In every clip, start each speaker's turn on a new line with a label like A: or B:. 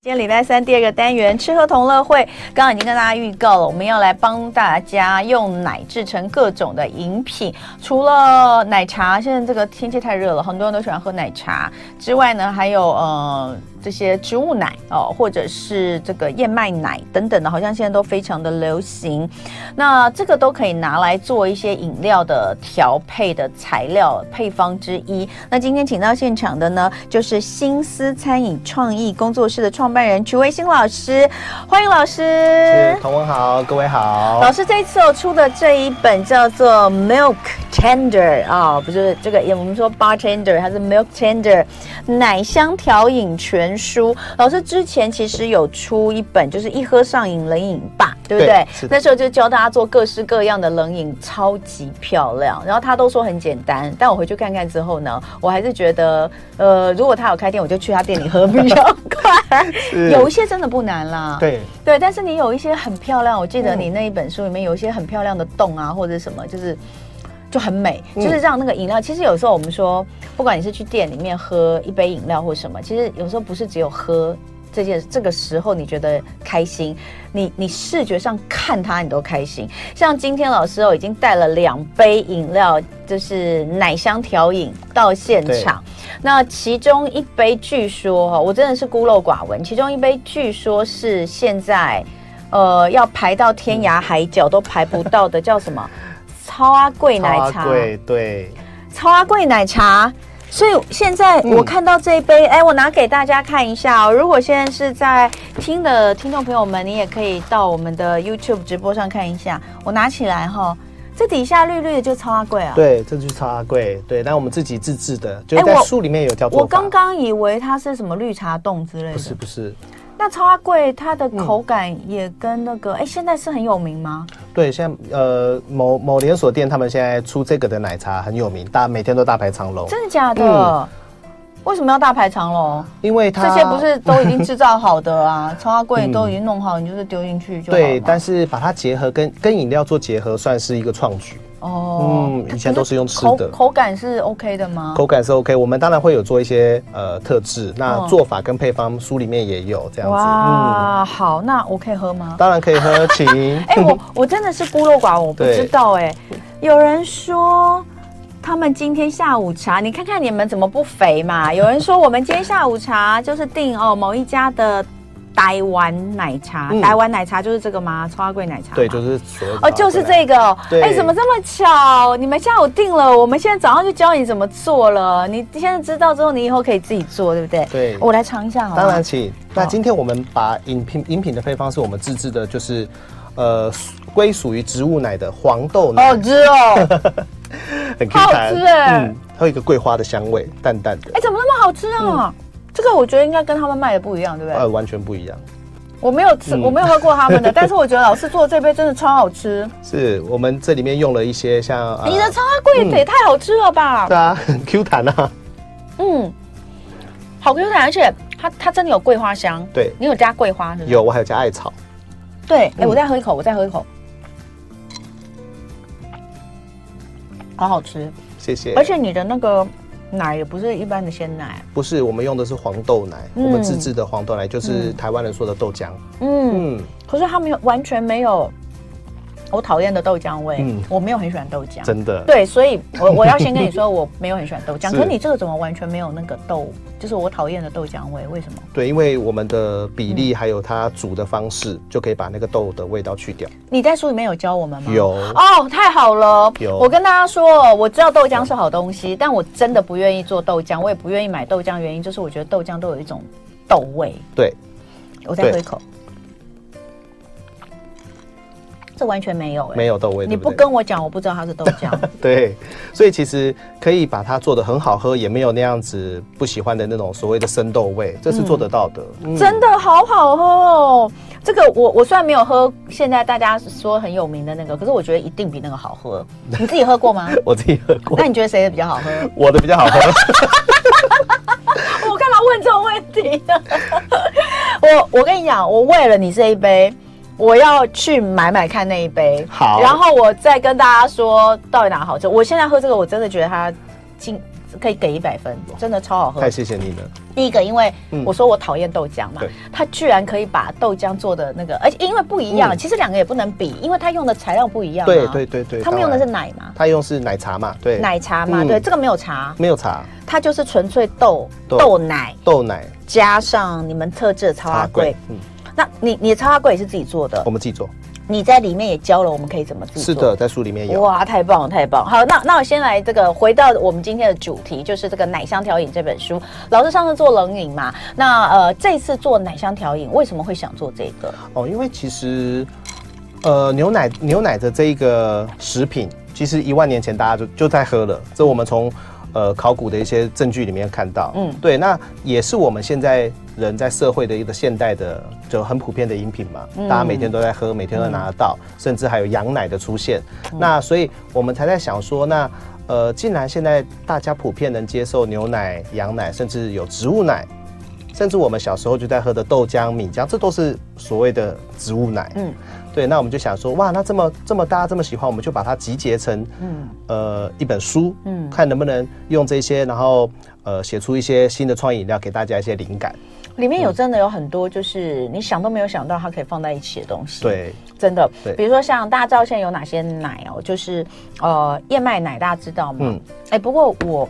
A: 今天礼拜三第二个单元吃喝同乐会，刚刚已经跟大家预告了，我们要来帮大家用奶制成各种的饮品。除了奶茶，现在这个天气太热了，很多人都喜欢喝奶茶之外呢，还有呃这些植物奶哦，或者是这个燕麦奶等等的，好像现在都非常的流行。那这个都可以拿来做一些饮料的调配的材料配方之一。那今天请到现场的呢，就是新思餐饮创意工作室的创办人曲维新老师，欢迎老师
B: 是。同文好，各位
A: 嗯
B: 好。
A: 老师这一次我出的这一本叫做 Milk Tender 啊、不是这个也我们说 bartender，它是 Milk Tender 奶香调饮全书。老师之前其实有出一本，就是一喝上瘾冷饮吧，对不对
B: 对是的
A: 那时候就教大家做各式各样的冷饮，超级漂亮。然后他都说很简单，但我回去看看之后呢，我还是觉得，呃，如果他有开店，我就去他店里喝比较快。
B: 是
A: 有一些真的不难啦，
B: 对
A: 对，但是你有一些很漂亮，我记
B: 嗯
A: 得你那一本书里面有一些很漂亮的洞啊，或者什么，就是就很美，
B: 嗯
A: 就是让那个饮料。其实有时候我们说，不管你是去店里面喝一杯饮料或什么，其实有时候不是只有喝这件这个时候你觉得开心，你你视觉上看它你都开心。像今天老师哦，已经带了两杯饮料，就是奶香调饮到现
B: 对
A: 场。那其中一杯据说哈，我真的是孤陋寡闻。其中一杯据说是现在，呃，要排到天涯海角都排不到的，叫什么？超阿贵奶茶。
B: 对对，
A: 超阿贵奶茶。所以现在
B: 嗯
A: 我看到这一杯，哎、我拿给大家看一下哦。如果现在是在听的听众朋友们，你也可以到我们的 YouTube 直播上看一下。我拿起来哈，这底下绿绿的就超阿贵啊。
B: 对，这就是超阿贵，对，那我们自己自制的，就
A: 哎
B: 是在
A: 我
B: 书里面有叫做法。
A: 我刚刚以为它是什么绿茶冻之类
B: 不是
A: 的，
B: 不是，
A: 那超阿贵它的口感也跟那个，哎、现在是很有名吗？
B: 对，现在呃某某连锁店他们现在出这个的奶茶很有名，大每天都大排长龙，
A: 真的假的？为什么要大排长龙？
B: 因为嗯它
A: 这些不是都已经制造好的 啊，超阿贵都已经弄好，你就是丢进去就好了嘛。
B: 对，但是把它结合跟跟饮料做结合，算是一个创举。
A: 哦，
B: 嗯以前都是用吃
A: 口
B: 的
A: 口感是 OK 的吗？
B: 口感是 OK，我们当然会有做一些呃特制，那
A: 嗯
B: 做法跟配方书里面也有这样子。嗯，
A: 哇，好，那我可以喝 吗？
B: 当然可以喝，请。
A: 哎、我我真的是孤陋寡闻，我不
B: 对
A: 知道 哎、有人说。他们今天下午茶，你看看你们怎么不肥嘛？有人说我们今天下午茶就是订哦某一家的台湾奶茶，
B: 嗯
A: 台湾奶茶就是这个吗？超阿贵奶茶吗？
B: 对，就是所谓的
A: 哦，就是
B: 法国奶
A: 这个哦。
B: 啊对
A: 哎，怎么这么巧？你们下午定了，我们现在早上就教你怎么做了。你现在知道之后，你以后可以自己做，对不对？
B: 对
A: 我来尝一啊下好吗
B: 当然，请。那今天我们把饮品饮品的配方是我们自制的，就是呃归属于植物奶的黄豆奶，
A: 好好吃 哦。
B: 很 Q
A: 好
B: 弹，
A: 吃欸
B: 嗯，还有一个桂花的香味，淡淡的，
A: 哎，怎么那么好吃啊？这个我觉得应该跟他们卖的不一样，对不对？
B: 嗯呃，完全不一样。
A: 我没有吃，
B: 嗯
A: 我没有喝过他 们的，但是我觉得老师做的这杯真的超好吃。
B: 是我们这里面用了一些像呃
A: 哎你的超阿贵也太好吃了吧
B: 对？啊， 很 Q 弹啊，
A: 嗯，好 Q 弹，而且它它真的有桂花香。
B: 对，
A: 你有加桂花是不是？
B: 有我还有加艾草，
A: 对，哎、
B: 嗯
A: 我再喝一口，我再喝一口，好好吃，
B: 谢谢。
A: 而且你的那个奶也不是一般的鲜奶，
B: 不是我们用的是黄豆奶，
A: 嗯
B: 我们自制的黄豆奶就是台湾人说的豆浆，
A: 嗯，
B: 嗯，
A: 可是它没有完全没有我讨厌的豆浆味，
B: 嗯
A: 我没有很喜欢豆浆，
B: 真的，
A: 对，所以 我我要先跟你说，我没有很喜欢豆浆，
B: 是
A: 可你这个怎么完全没有那个豆，就是我讨厌的豆浆味，为什么？
B: 对，因为我们的比例还有它煮的方式，就可以把那个豆的味道去掉。
A: 你在书里面有教我们吗？
B: 有
A: 哦，太好了！
B: 有
A: 我跟大家说，我知道豆浆是好东西，但我真的不愿意做豆浆，我也不愿意买豆浆，原因就是我觉得豆浆都有一种豆味。
B: 对，
A: 我再
B: 对
A: 喝一口，这完全没有哎、
B: 没有豆味，
A: 你
B: 对
A: 不
B: 对
A: 跟我讲，我不知道它是豆 浆。
B: 对，所以其实可以把它做的很好喝，也没有那样子不喜欢的那种所谓的生豆味，这是做得到的。嗯
A: 真的好好喝哦！这个我我虽然没有喝，现在大家说很有名的那个，可是我觉得一定比那个好喝。你自己喝过 吗？
B: 我自己喝过
A: 那，你觉得谁的比较好喝？
B: 我的比较 好喝。
A: 我干嘛问这种问题 呢？我我跟你讲，我为了你这一杯，我要去买买看那一杯。
B: 好
A: 然后我再跟大家说到底哪好吃。我现在喝这个，我真的觉得它进可以给一百分，真的超好喝
B: 太。谢谢你了，
A: 第一个，因为
B: 嗯
A: 我说我讨厌豆浆嘛
B: 对，
A: 他居然可以把豆浆做的那个，而且因为不一样，
B: 嗯
A: 其实两个也不能比，因为他用的材料不一样、啊。
B: 对对对对，
A: 他们用的是
B: 当然
A: 奶嘛，
B: 他用是奶茶嘛，对，
A: 奶茶嘛，
B: 嗯
A: 对，这个没有茶，
B: 没有茶，
A: 它就是纯粹豆
B: 豆
A: 豆奶
B: 豆奶
A: 加上你们特制的超
B: 茶
A: 阿
B: 贵
A: 贵。，哦
B: 嗯，
A: 那你你的超阿贵也是自己做的
B: 我，们自己做，
A: 你在里面也教了我们可以怎么自己
B: 是
A: 做。
B: 的，在书里面有，
A: 哇，太棒了，太棒了！好，那那我先来这个，回到我们今天的主题，就是这个奶香调饮这本书。老师上次做冷饮嘛，那呃这次做奶香调饮，为什么会想做这个？
B: 哦，因为其实，呃，牛奶牛奶的这一个食品，其实一万年前大家就就在喝了，这我们从呃考古的一些证据里面看到，
A: 嗯
B: 嗯，对，那也是我们现在人在社会的一个现代的就很普遍的饮品嘛，大家每天都在喝，每天都拿得到，甚至还有羊奶的出现，那所以我们才在想说那。呃，既然现在大家普遍能接受牛奶、羊奶，甚至有植物奶，甚至我们小时候就在喝的豆浆、米浆，这都是所谓的植物奶。
A: 嗯
B: 嗯，对。那我们就想说，哇，那这么这么大家这么喜欢，我们就把它集结成，
A: 嗯
B: 嗯，呃，一本书，
A: 嗯
B: 嗯，看能不能用这些，然后呃，写出一些新的创意饮料，给大家一些灵感。
A: 里面有真的有很多就是你想都没有想到它可以放在一起的东西。。
B: 对，
A: 真的
B: 对，
A: 比如说像大家知道现在有哪些奶哦，就是呃燕麦奶，大家知道吗？
B: 嗯
A: 哎、不过我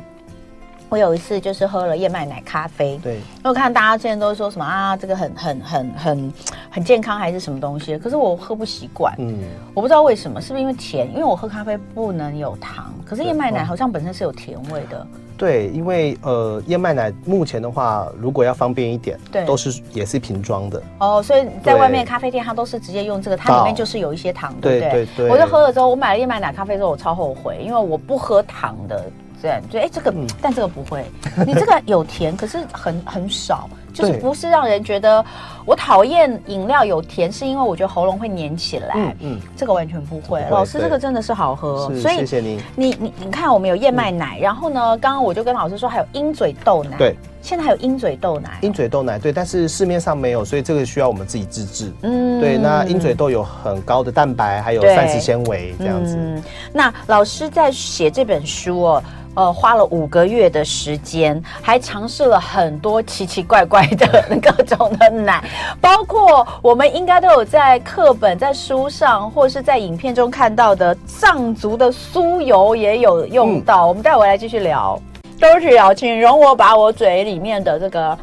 A: 我有一次就是喝了燕麦奶咖啡，
B: 对，
A: 我看大家现在都说什么啊，这个很很很很很健康还是什么东西，可是我喝不习惯，
B: 嗯，
A: 我不知道为什么，是不是因为甜？因为我喝咖啡不能有糖，可是燕麦奶
B: 嗯
A: 好像本身是有甜味的，
B: 对，因为呃，燕麦奶目前的话，如果要方便一点，
A: 对
B: 都是也是瓶装的。
A: 哦，所以在
B: 对
A: 外面咖啡店它都是直接用这个，它里面就是有一些糖，对不对？
B: 对对对
A: 我就喝了之后，我买了燕麦奶咖啡之后，我超后悔，因为我不喝糖的。对，就哎，这
B: 嗯
A: 个、但这个不 会，你这个有甜，可是很很少，就是
B: 对
A: 不是让人觉得我讨厌饮料有甜，是因为我觉得喉咙会黏起来。
B: 嗯嗯，
A: 这个完全不会，
B: 不会
A: 老师
B: 对
A: 这个真的是好喝哦，
B: 是，
A: 所以
B: 谢谢您。
A: 你你你看，我们有燕麦奶，然后呢，刚刚我就跟老师说还有鹰嘴豆奶，
B: 对，
A: 现在还有鹰嘴豆奶，哦
B: 鹰嘴豆奶对，但是市面上没有，所以这个需要我们自己自制。
A: 嗯
B: 对，那鹰嘴豆有很高的蛋白，还有
A: 对
B: 膳食纤维这样子。
A: 嗯，那老师在写这本书哦，呃，花了五个月的时间，还尝试了很多奇奇怪怪的各种的奶，包括我们应该都有在课本、在书上或是在影片中看到的藏族的酥油也有用到。我们待会来继续聊。都是瑶，请容我把我嘴里面的这个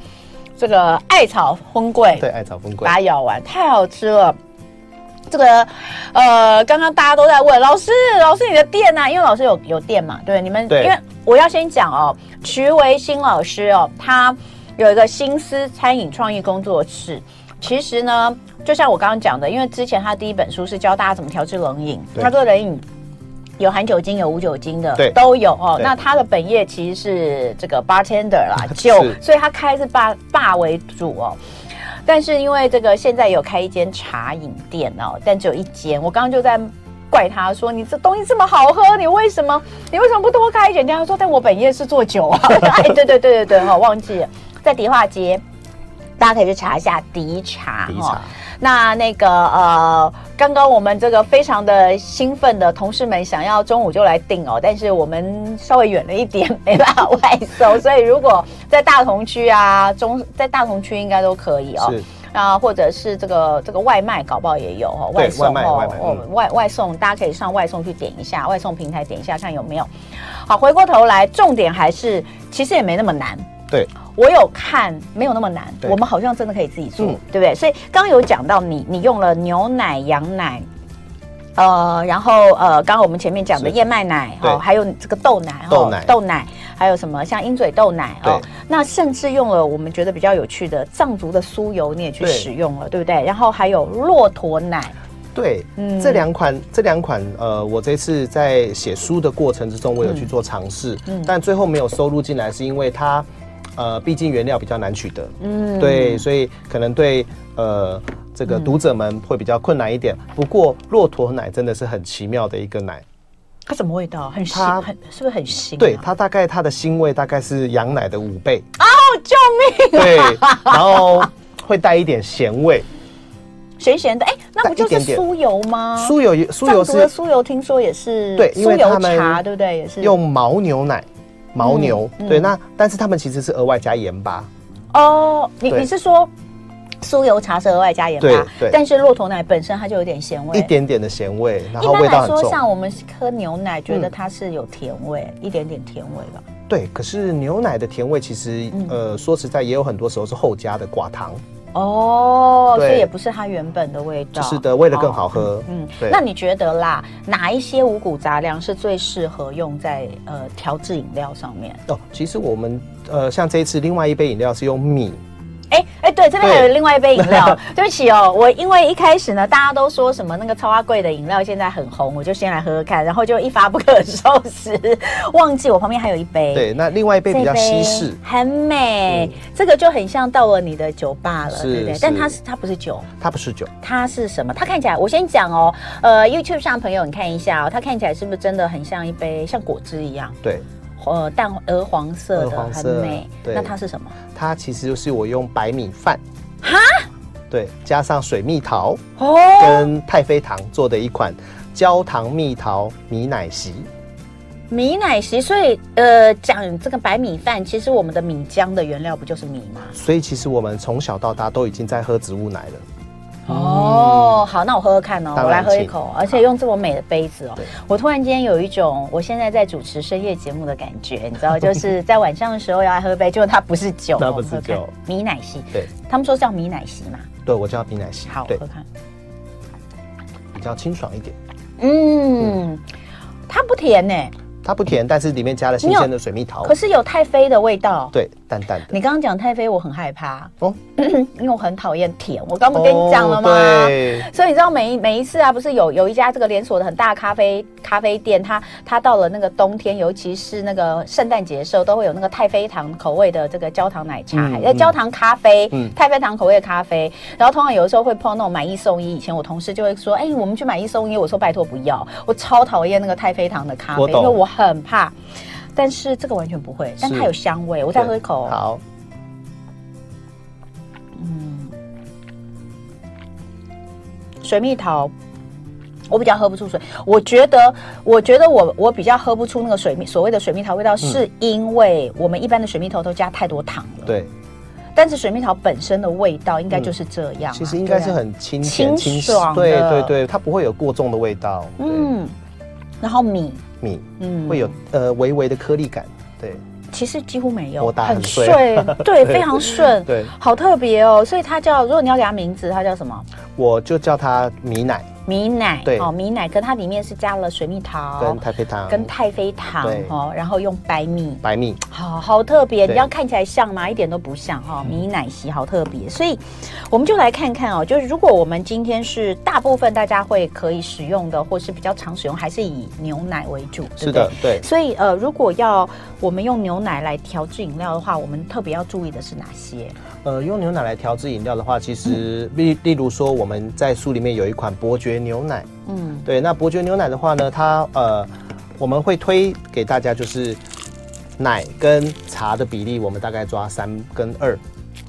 A: 这个艾草荤桂
B: 对，艾草风柜
A: 把。它咬完，太好吃了。这个，呃，刚刚大家都在问老师，老师你的店呢、因为老师有有店嘛，对，你们
B: 对
A: 因为我要先讲哦，徐维新老师哦，他有一个新思餐饮创意工作室。其实呢，就像我刚刚讲的，因为之前他第一本书是教大家怎么调制冷饮，
B: 对
A: 他做冷饮有含酒精、有无酒精的
B: 对，
A: 都有哦。
B: 对
A: 那他的本业其实是这个 bartender 啦，酒，所以他开是霸霸为主哦。但是因为这个现在有开一间茶饮店哦，但只有一间，我刚刚就在。怪他说你这东西这么好喝，你为什么你为什么不多开一点？他说，但我本业是做酒 啊。哎，对对对对对，哈，忘记了，在迪化街，大家可以去查一下迪茶。
B: 迪
A: 哈
B: 茶，
A: 那那个呃，刚刚我们这个非常的兴奋的同事们想要中午就来订哦，但是我们稍微远了一点， 没办法外送，所以如果在大同区啊，中在大同区应该都可以哦。
B: 是，
A: 啊，或者是这个这个外卖，搞不好也有哦，
B: 对
A: 外送
B: 外卖
A: 哦，
B: 外卖
A: 哦
B: 嗯
A: 外外送，大家可以上外送去点一下，外送平台点一下看有没有。好，回过头来，重点还是其实也没那么难。
B: 对，
A: 我有看，没有那么难，
B: 对
A: 我们好像真的可以自己做，
B: 嗯
A: 对不对？所以刚刚有讲到你，你用了牛奶、羊奶。呃，然后呃，刚刚我们前面讲的
B: 是
A: 燕麦奶
B: 对
A: 哦，还有这个豆奶哦
B: 豆奶
A: 豆奶，还有什么像鹰嘴豆奶哦
B: 对，
A: 那甚至用了我们觉得比较有趣的藏族的酥油，你也去
B: 对
A: 使用了，对不对？然后还有骆驼奶，
B: 对，
A: 嗯
B: 这两款这两款，呃，我这次在写书的过程之中，我有去做尝试，
A: 嗯
B: 但最后没有收录进来，是因为它，呃，毕竟原料比较难取得，
A: 嗯，
B: 对，所以可能对呃这个读者们会比较困难一点。不过骆驼奶真的是很奇妙的一个奶，
A: 它什么味道？很腥，
B: 它
A: 很是不是很腥、啊？
B: 对，它大概它的腥味大概是羊奶的五倍，
A: 哦，救 命！
B: 对，然后会带一点咸味。
A: 咸咸的，哎，那不就
B: 但
A: 是
B: 一点点
A: 酥油吗？
B: 酥油也酥
A: 藏
B: 油
A: 族的
B: 是
A: 酥油听说也是
B: 对因
A: 酥
B: 为
A: 油
B: 他们
A: 茶对不对？也是
B: 用牦牛奶，牦牛
A: 嗯嗯
B: 对，那但是他们其实是额外加盐巴，
A: 哦，你
B: 对
A: 你是说酥油茶是额外加盐
B: 对
A: 巴，
B: 对
A: 但是骆驼奶本身它就有点咸味。
B: 一点点的咸味，然
A: 一
B: 后
A: 般
B: 味道
A: 来
B: 很
A: 说，
B: 重。
A: 像我们喝牛奶，觉得
B: 嗯
A: 它是有甜味，一点点甜味吧。
B: 对，可是牛奶的甜味其实，
A: 嗯
B: 呃，说实在，也有很多时候是后加的寡糖，
A: 哦，
B: 对
A: 所以也不是它原本的味道。
B: 就是的，为了更好
A: 哦。
B: 喝。
A: 嗯，
B: 对
A: 那你觉得啦，哪一些五谷杂粮是最适合用在呃调制饮料上面？
B: 哦，其实我们呃，像这一次另外一杯饮料是用米，
A: 哎哎，对，这边还有
B: 对
A: 另外一杯饮 料。对不起哦，我因为一开始呢，大家都说什么那个超阿贵的饮料现在很红，我就先来喝喝看，然后就一发不可收拾，忘记我旁边还有一杯。，
B: 对，那另外一杯比较西式，，嗯
A: 很美，这个就很像到了你的酒吧了，
B: 是
A: 对不对
B: 是？
A: 但它是它不是酒，
B: 它不是酒，
A: 它是什么？它看起来，我先讲哦，呃，YouTube 上朋友你看一下哦，它看起来是不是真的很像一杯像果汁一样？
B: 对，
A: 呃，淡鹅黄色
B: 鹅
A: 的，
B: 黄
A: 很
B: 色
A: 美。
B: 对
A: 那它是什么？
B: 它其实就是我用白米饭，哈，对，加上水蜜桃
A: 哦，
B: 跟太妃糖做的一款焦糖蜜桃米奶昔，
A: 米奶昔。所以，呃，讲这个白米饭，其实我们的米浆的原料不就是米吗？
B: 所以其实我们从小到大都已经在喝植物奶了。
A: 哦，好，那我喝喝看哦，
B: 嗯当然
A: 我来喝一
B: 请
A: 口，而且用这么美的杯子哦
B: 对，
A: 我突然间有一种我现在在主持深夜节目的感觉，你知道，就是在晚上的时候要来喝杯，就它不是 酒哦，
B: 它不是
A: 喝看
B: 酒，
A: 米奶昔，
B: 对，
A: 他们说叫米奶昔嘛，
B: 对我叫米奶昔，
A: 好，
B: 对
A: 喝，看，
B: 比较清爽一点。
A: 嗯，它不甜呢、
B: 它不甜，但是里面加了新鲜的水蜜桃
A: 可，是有太妃的味道。
B: 对，淡淡的。
A: 你刚刚讲太妃，我很害怕，
B: 哦，
A: 因为我很讨厌甜。我刚不跟你讲了吗？
B: 哦对，
A: 所以你知道每一每一次啊，不是有有一家这个连锁的很大的咖啡咖啡店，它它到了那个冬天，尤其是那个圣诞节的时候，都会有那个太妃糖口味的这个焦糖奶茶，
B: 嗯
A: 呃、
B: 嗯
A: 焦糖咖啡，
B: 嗯
A: 太妃糖口味的咖啡。然后通常有的时候会碰到那种买一送一，以前我同事就会说，哎、我们去买一送一，我说拜托不要，我超讨厌那个太妃糖的咖啡，
B: 我
A: 因
B: 懂
A: 为我很怕。但是这个完全不会，但它有香味。我再喝一口，哦
B: 好，
A: 水蜜桃，我比较喝不出水。我觉得，我觉得我我比较喝不出那个水蜜所谓的水蜜桃味
B: 嗯
A: 道，是因为我们一般的水蜜桃都加太多糖了。，
B: 对，
A: 但是水蜜桃本身的味道应该就是这样啊、
B: 嗯其实应该是
A: 对啊
B: 很清甜、
A: 清
B: 清
A: 爽
B: 对
A: 的
B: 对对，它不会有过重的味道。嗯，
A: 嗯，然后米
B: 米
A: 嗯
B: 会有呃微微的颗粒感。对
A: 其实几乎没有，
B: 我打很碎
A: 对，非常顺，
B: 对，
A: 好特别哦。所以它叫，如果你要给它名字，它叫什么？
B: 我就叫它米奶
A: 米奶，
B: 对
A: 哦，米奶，可它里面是加了水蜜桃
B: 跟太妃糖
A: 跟太妃糖
B: 对
A: 哦，然后用白米，
B: 白米。
A: 好好特别，
B: 对嗯
A: 你要看起来像吗？一点都不像哈、迷奶昔好特别，所以我们就来看看哦，就是如果我们今天是大部分大家会可以使用的，或是比较常使用，还是以牛奶为主，对
B: 是
A: 不对
B: 的，对。
A: 所以呃，如果要我们用牛奶来调制饮料的话，我们特别要注意的是哪些？
B: 呃，用牛奶来调制饮料的话，其实例例如说我们在书里面有一款伯爵牛奶。
A: 嗯，
B: 对，那伯爵牛奶的话呢，它呃，我们会推给大家就是奶跟茶的比例，我们大概抓三跟二，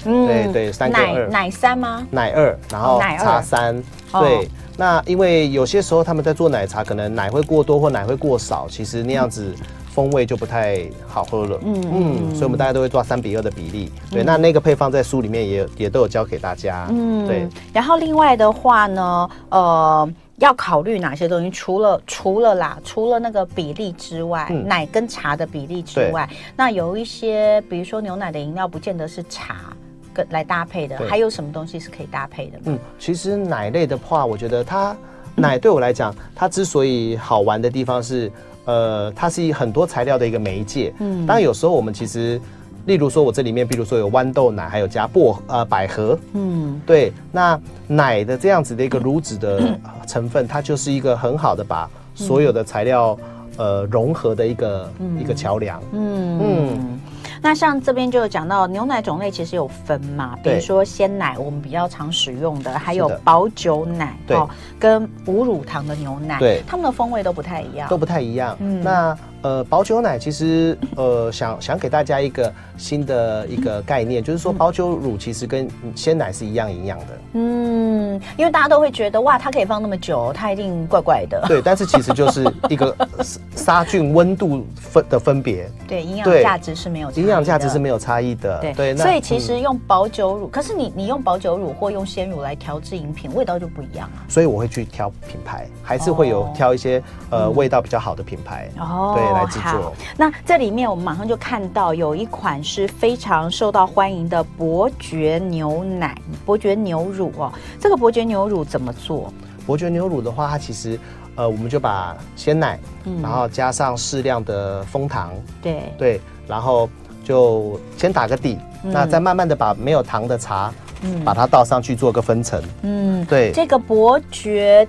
A: 嗯
B: 对对三跟
A: 奶
B: 二
A: 奶三吗？
B: 奶二，然后
A: 奶二
B: 茶三，
A: 哦
B: 对。那因为有些时候他们在做奶茶，可能奶会过多或奶会过少，其实那样子风味就不太好喝了。嗯嗯，所以我们大家都会抓三比二的比例。对，那那个配方在书里面也有也都有教给大家。嗯，对，
A: 然后另外的话呢，呃，要考虑哪些东西？除了除了啦，除了那个比例之外，
B: 嗯
A: 奶跟茶的比例之外，那有一些，比如说牛奶的饮料，不见得是茶跟来搭配的，
B: 对
A: 还有什么东西是可以搭配的吗？
B: 嗯，其实奶类的话，我觉得它奶对我来讲，它之所以好玩的地方是，呃，它是以很多材料的一个媒介。嗯，当然有时候我们其实，例如说我这里面，比如说有豌豆奶，还有加薄呃百合，
A: 嗯，
B: 对，那奶的这样子的一个乳脂的呃成分，它就是一个很好的把所有的材料呃融合的一个、一个桥梁。嗯嗯，
A: 那像这边就有讲到牛奶种类其实有分嘛，比如
B: 对
A: 说鲜奶我们比较常使用的，还有
B: 是的
A: 保酒奶哦
B: 对
A: 跟无乳糖的牛奶，
B: 对
A: 它们的风味都不太一样嗯
B: 都。不太一样。那呃，保酒奶其实呃，想想给大家一个新的一个概念，就是说保酒乳其实跟鲜奶是一样营养的，
A: 嗯，因为大家都会觉得哇，它可以放那么久，它一定怪怪 的。
B: 对，但是其实就是一个 杀杀菌温度分的分别，
A: 对，营养
B: 对
A: 价值是没有差异
B: 营养价值
A: 的
B: 是没有差异的。
A: 啊对，
B: 那
A: 所以其
B: 嗯
A: 实用保酒乳，可是你你用保酒乳或用鲜乳来调制饮品，味道就不一样啊。
B: 嗯所以我会去挑品牌，还是会有
A: 哦
B: 挑一些、呃味道比较好的品牌，
A: 哦
B: 对，来制
A: 好
B: 作。
A: 那这里面我们马上就看到有一款是非常受到欢迎的伯爵牛奶、伯爵牛乳哦。这个伯爵牛乳怎么做？
B: 伯爵牛乳的话，它其实呃，我们就把鲜奶，
A: 嗯
B: 然后加上适量的蜂糖，
A: 对，
B: 对，然后就先打个底，
A: 嗯
B: 那再慢慢的把没有糖的茶，把它倒上去做个分层，
A: 嗯，
B: 对，
A: 这个伯爵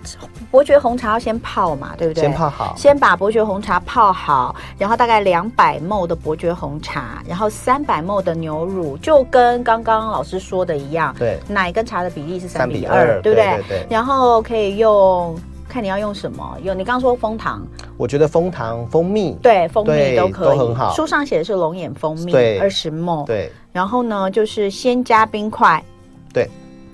A: 伯爵红茶要先泡嘛，对不对？
B: 先泡好
A: 先把伯爵红茶泡好，然后大概两百 ml 的伯爵红茶，然后三百 ml 的牛乳，就跟刚刚老师说的一样，
B: 对
A: 奶跟茶的比例是三
B: 3
A: 比
B: 比
A: 二，
B: 2
A: 对不对？
B: 对对对
A: 然后可以用，看你要用什么，有你刚刚说蜂糖，
B: 我觉得蜂糖、蜂蜜，
A: 对，蜂蜜
B: 对
A: 都可以，
B: 都很好
A: 书上写的是龙眼蜂蜜，
B: 对
A: 二十 ml，
B: 对
A: 然后呢，就是先加冰块，
B: 对，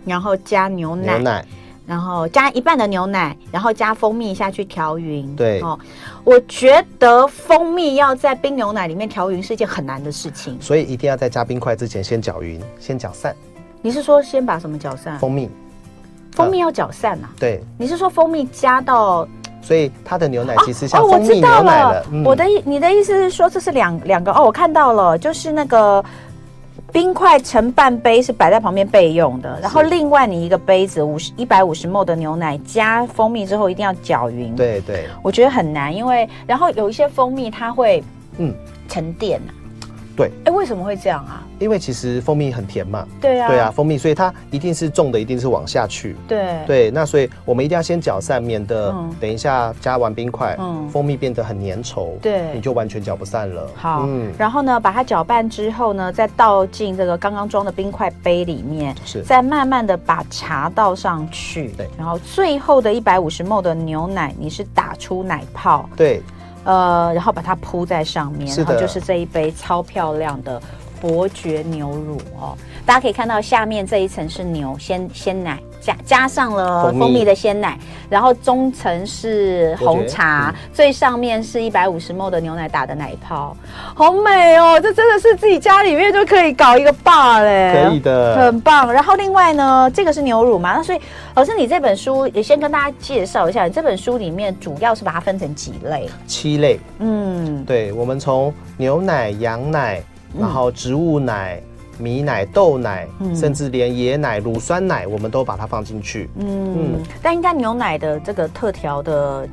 A: 然后加牛奶，
B: 牛奶，
A: 然后加一半的牛奶，然后加蜂蜜下去调匀。
B: 对
A: 哦，我觉得蜂蜜要在冰牛奶里面调匀是一件很难的事情。
B: 所以一定要在加冰块之前先搅匀，先搅散
A: 你是说先把什么搅散？
B: 蜂蜜，
A: 蜂蜜要搅散啊？
B: 对，
A: 你是说蜂蜜加到
B: 所以它的牛奶其实像
A: 哦，我
B: 蜂蜜
A: 知
B: 牛
A: 道
B: 奶了，嗯
A: 了。我的意你的意思是说这是两两个哦，我看到了，就是那个冰块盛半杯是摆在旁边备用的，然后
B: 是
A: 另外你一个杯子五十一百五十 ml 的牛奶加蜂蜜之后一定要搅匀。
B: 对对，
A: 我觉得很难，因为然后有一些蜂蜜它会嗯
B: 嗯
A: 沉淀啊。
B: 对，
A: 哎，为什么会这样啊？
B: 因为其实蜂蜜很甜嘛，
A: 对啊，
B: 对啊，，蜂蜜，所以它一定是重的，一定是往下去。
A: 对
B: 对，那所以我们一定要先搅散，免得
A: 哎嗯
B: 等一下加完冰块，
A: 嗯
B: 蜂蜜变得很粘稠，
A: 对
B: 你就完全搅不散了。
A: 好，
B: 嗯，
A: 然后呢，把它搅拌之后呢，再倒进这个刚刚装的冰块杯里面，
B: 是
A: 再慢慢的把茶倒上去。
B: 对
A: 然后最后的一百五十 ml 的牛奶，你是打出奶泡，
B: 对，
A: 呃，然后把它铺在上面，
B: 是
A: 然后
B: 的
A: 就是这一杯超漂亮的伯爵牛乳哦。大家可以看到下面这一层是牛鲜鲜奶，加加上了
B: 蜂蜜
A: 蜂蜜的鲜奶，然后中层是红
B: 嗯
A: 茶，最上面是一百五十 ml 的牛奶打的奶泡，好美哦！这真的是自己家里面就可以搞一个 bar 嘞，
B: 可以的。
A: 很棒。然后另外呢，这个是牛乳嘛，那所以老师你这本书也先跟大家介绍一下，你这本书里面主要是把它分成几类，
B: 七类，
A: 嗯。
B: 对，我们从牛奶、羊奶，然后植物奶。米奶、豆奶，甚至连椰奶、乳酸奶，我们都把它放进去。
A: 嗯，但应该牛奶的这个特调的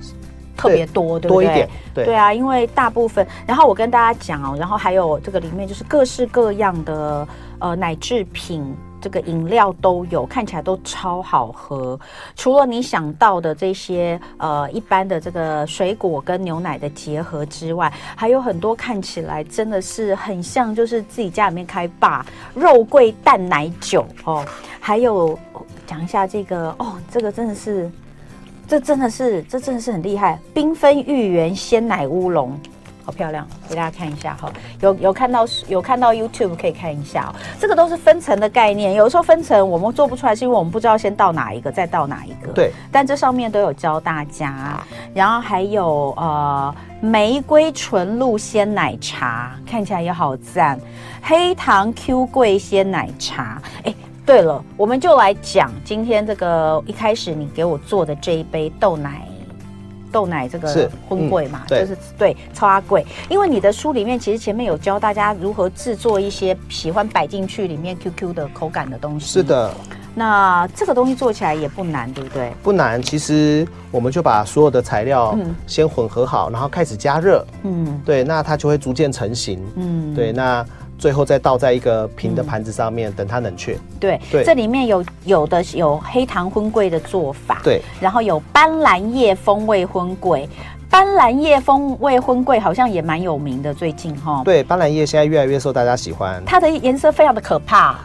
A: 特别多，对不
B: 多
A: 对？
B: 一点对
A: 对啊，因为大部分，然后我跟大家讲哦，然后还有这个里面就是各式各样的呃奶制品。这个饮料都有，看起来都超好喝。除了你想到的这些呃一般的这个水果跟牛奶的结合之外，还有很多看起来真的是很像就是自己家里面开吧肉桂蛋奶酒哦，还有哦讲一下这个哦，这个真的是，这真的是，这真的是很厉害，缤纷芋圆鲜奶乌龙。好漂亮，给大家看一下哈，有有看到有看到 YouTube 可以看一下哦，这个都是分层的概念，有的时候分层我们做不出来，是因为我们不知道先倒哪一个，再倒哪一个。
B: 对，
A: 但这上面都有教大家，然后还有呃玫瑰纯露鲜奶茶，看起来也好赞，黑糖 Q 桂鲜奶茶，哎。对了，我们就来讲今天这个一开始你给我做的这一杯豆奶豆奶这
B: 是
A: 个荤桂嘛，
B: 嗯对
A: 就是对超阿贵，因为你的书里面其实前面有教大家如何制作一些喜欢摆进去里面 QQ 的口感的东西。
B: 是的，
A: 那这个东西做起来也不难，对不对？
B: 不难。其实我们就把所有的材料先混合好，然后开始加热。
A: 嗯
B: 对，那它就会逐渐成型。
A: 嗯，
B: 对，那最后再倒在一个平的盘子上面，等它冷却。
A: 对
B: 对
A: 这里面有有的是有黑糖荤桂的做法，，
B: 对，
A: 然后有斑斓叶风味荤桂，斑斓叶风味荤桂好像也蛮有名的，最近哈，，
B: 对，斑斓叶现在越来越受大家喜欢
A: 它的颜色非常的可怕，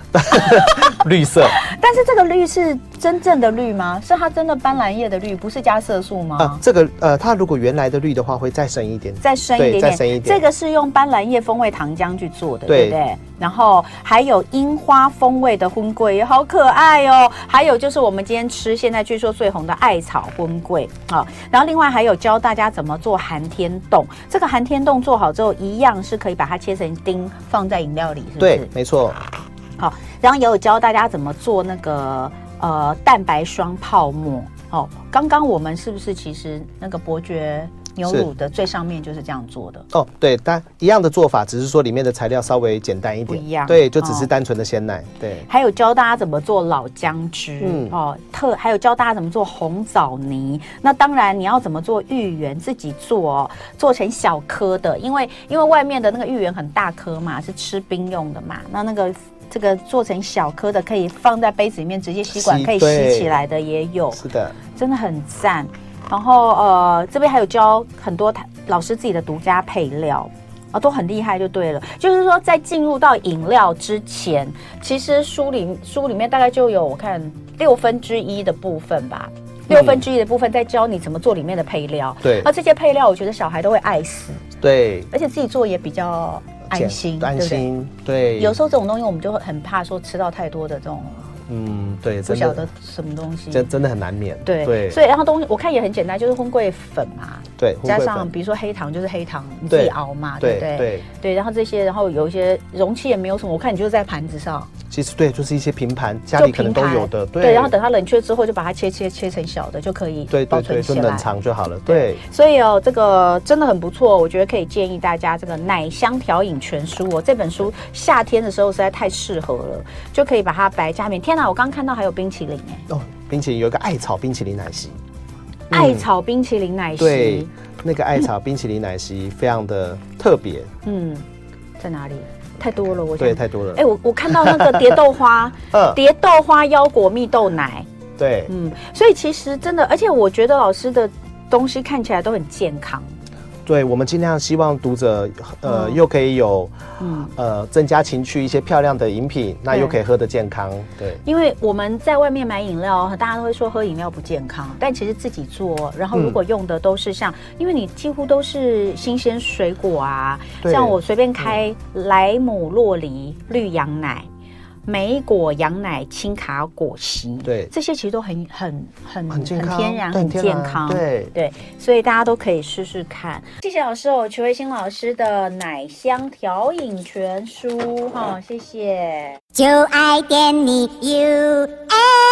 B: 绿色，
A: 但是这个绿是真正的绿吗？是它真的斑斓叶的绿，不是加色素吗？
B: 啊，这个呃，它如果原来的绿的话，会再深一点。
A: 再深一点
B: 对
A: 点，
B: 再深一点
A: 这个是用斑斓叶风味糖浆去做的，对
B: 对
A: 不对？然后还有樱花风味的荤桂，好可爱哦。还有就是我们今天吃现在据说最红的艾草荤桂啊、然后另外还有教大家怎么做寒天冻。这个寒天冻做好之后，一样是可以把它切成丁放在饮料里，是不
B: 对
A: 是？，
B: 没错。
A: 好，然后也有教大家怎么做那个呃蛋白霜泡沫。哦，刚刚我们是不是其实那个伯爵牛
B: 是
A: 乳的最上面就是这样做的？
B: 哦，对，但一样的做法，只是说里面的材料稍微简单一点。
A: 不一样
B: 对，就只是
A: 哦
B: 单纯的鲜奶。对，
A: 还有教大家怎么做老姜汁，
B: 嗯
A: 哦，特还有教大家怎么做红枣泥。那当然你要怎么做芋圆，自己做哦，做成小颗的，因为因为外面的那个芋圆很大颗嘛，是吃冰用的嘛，那那个。这个做成小颗的，可以放在杯子里面直接吸管，
B: 吸
A: 可以
B: 对
A: 吸起来的也有。
B: 是的。
A: 真的很赞。然后呃，这边还有教很多他老师自己的独家配料。啊，都很厉害就对了。就是说，在进入到饮料之前，其实书里书里面大概就有我看六分之一的部分吧，六分之一的部分在教你怎么做里面的配料。
B: 嗯对
A: 而这些配料我觉得小孩都会爱死，
B: 对，
A: 而且自己做也比较安
B: 简
A: 心，
B: 安
A: 对不对？
B: 心。对，
A: 有时候这种东西我们就会很怕说吃到太多的这种
B: 嗯，对，
A: 不
B: 真
A: 晓
B: 的
A: 得，什么东西，
B: 真真的很难免。
A: 对，
B: 对，
A: 所以然后东西我看也很简单，就是荤桂粉嘛，
B: 对，
A: 加
B: 荤桂
A: 上
B: 粉
A: 比如说黑糖就是黑糖，你自
B: 对
A: 己熬嘛，对
B: 对
A: 不对？
B: 对，
A: 对然后这些，然后有一些容器也没有什么，我看你就在盘子上，
B: 其实对，就是一些平盘，家
A: 就
B: 里可能都有的。
A: 对然后等它冷却之后，就把它切切切成小的就可以
B: 对
A: 保
B: 对
A: 存
B: 对，
A: 起
B: 就
A: 来。
B: 冷藏就好了。对，
A: 所以哦，这个真的很不错，我觉得可以建议大家这个《奶香调饮全书》哦，这本书夏天的时候实在太适合了，就可以把它摆在家里面。天哪，我刚看到还有冰淇淋哎，
B: 哦，冰淇淋有一个艾草冰淇淋奶昔。嗯
A: 哎艾草冰淇淋奶昔，
B: 对，那个艾草冰淇淋奶昔非常的特别，
A: 嗯，在哪里？太多了，我想
B: 对，太多
A: 哎、
B: 了。
A: 我我看到那个蝶豆花，
B: 嗯，
A: 蝶豆花腰果蜜豆奶，
B: 对，
A: 嗯，所以其实真的，而且我觉得老师的东西看起来都很健康，
B: 对，我们尽量希望读者呃
A: 嗯
B: 又可以有
A: 嗯，
B: 呃增加情趣一些漂亮的饮品，那
A: 对
B: 又可以喝得健康。对，
A: 因为我们在外面买饮料，大家都会说喝饮料不健康，但其实自己做，然后如果用的都是像，
B: 嗯
A: 因为你几乎都是新鲜水果啊，
B: 对
A: 像我随便开莱姆洛梨绿羊奶。莓果、羊奶、青卡果昔，
B: 对
A: 这些其实都很很很
B: 很健康，
A: 天然、
B: 对
A: 很健康，
B: 对。
A: 对，所以大家都可以试试看。谢谢老师哦，曲慧欣老师的《奶香调饮全书》哈、谢谢。
C: 就爱点你 UFO。